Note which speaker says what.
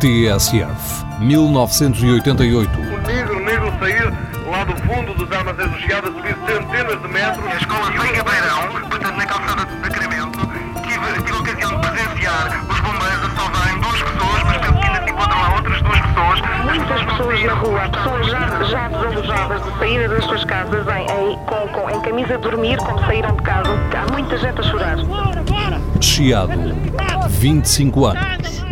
Speaker 1: TSF, 1988.
Speaker 2: O negro, o negro sair lá do fundo dos armazéns do Chiado, a subir centenas de metros.
Speaker 3: A escola Veiga Beirão, portanto na calçada de Sacramento, tive, tive a ocasião de presenciar os bombeiros a salvarem duas pessoas, mas penso que ainda se encontram lá outras duas pessoas. As
Speaker 4: Muitas pessoas na rua, pessoas já, já desalojadas de saída das suas casas em, em- com, com- em camisa de dormir, como saíram de casa. Há muita gente a chorar.
Speaker 5: Bora, bora!
Speaker 1: Chiado, 25 anos.
Speaker 5: Nada,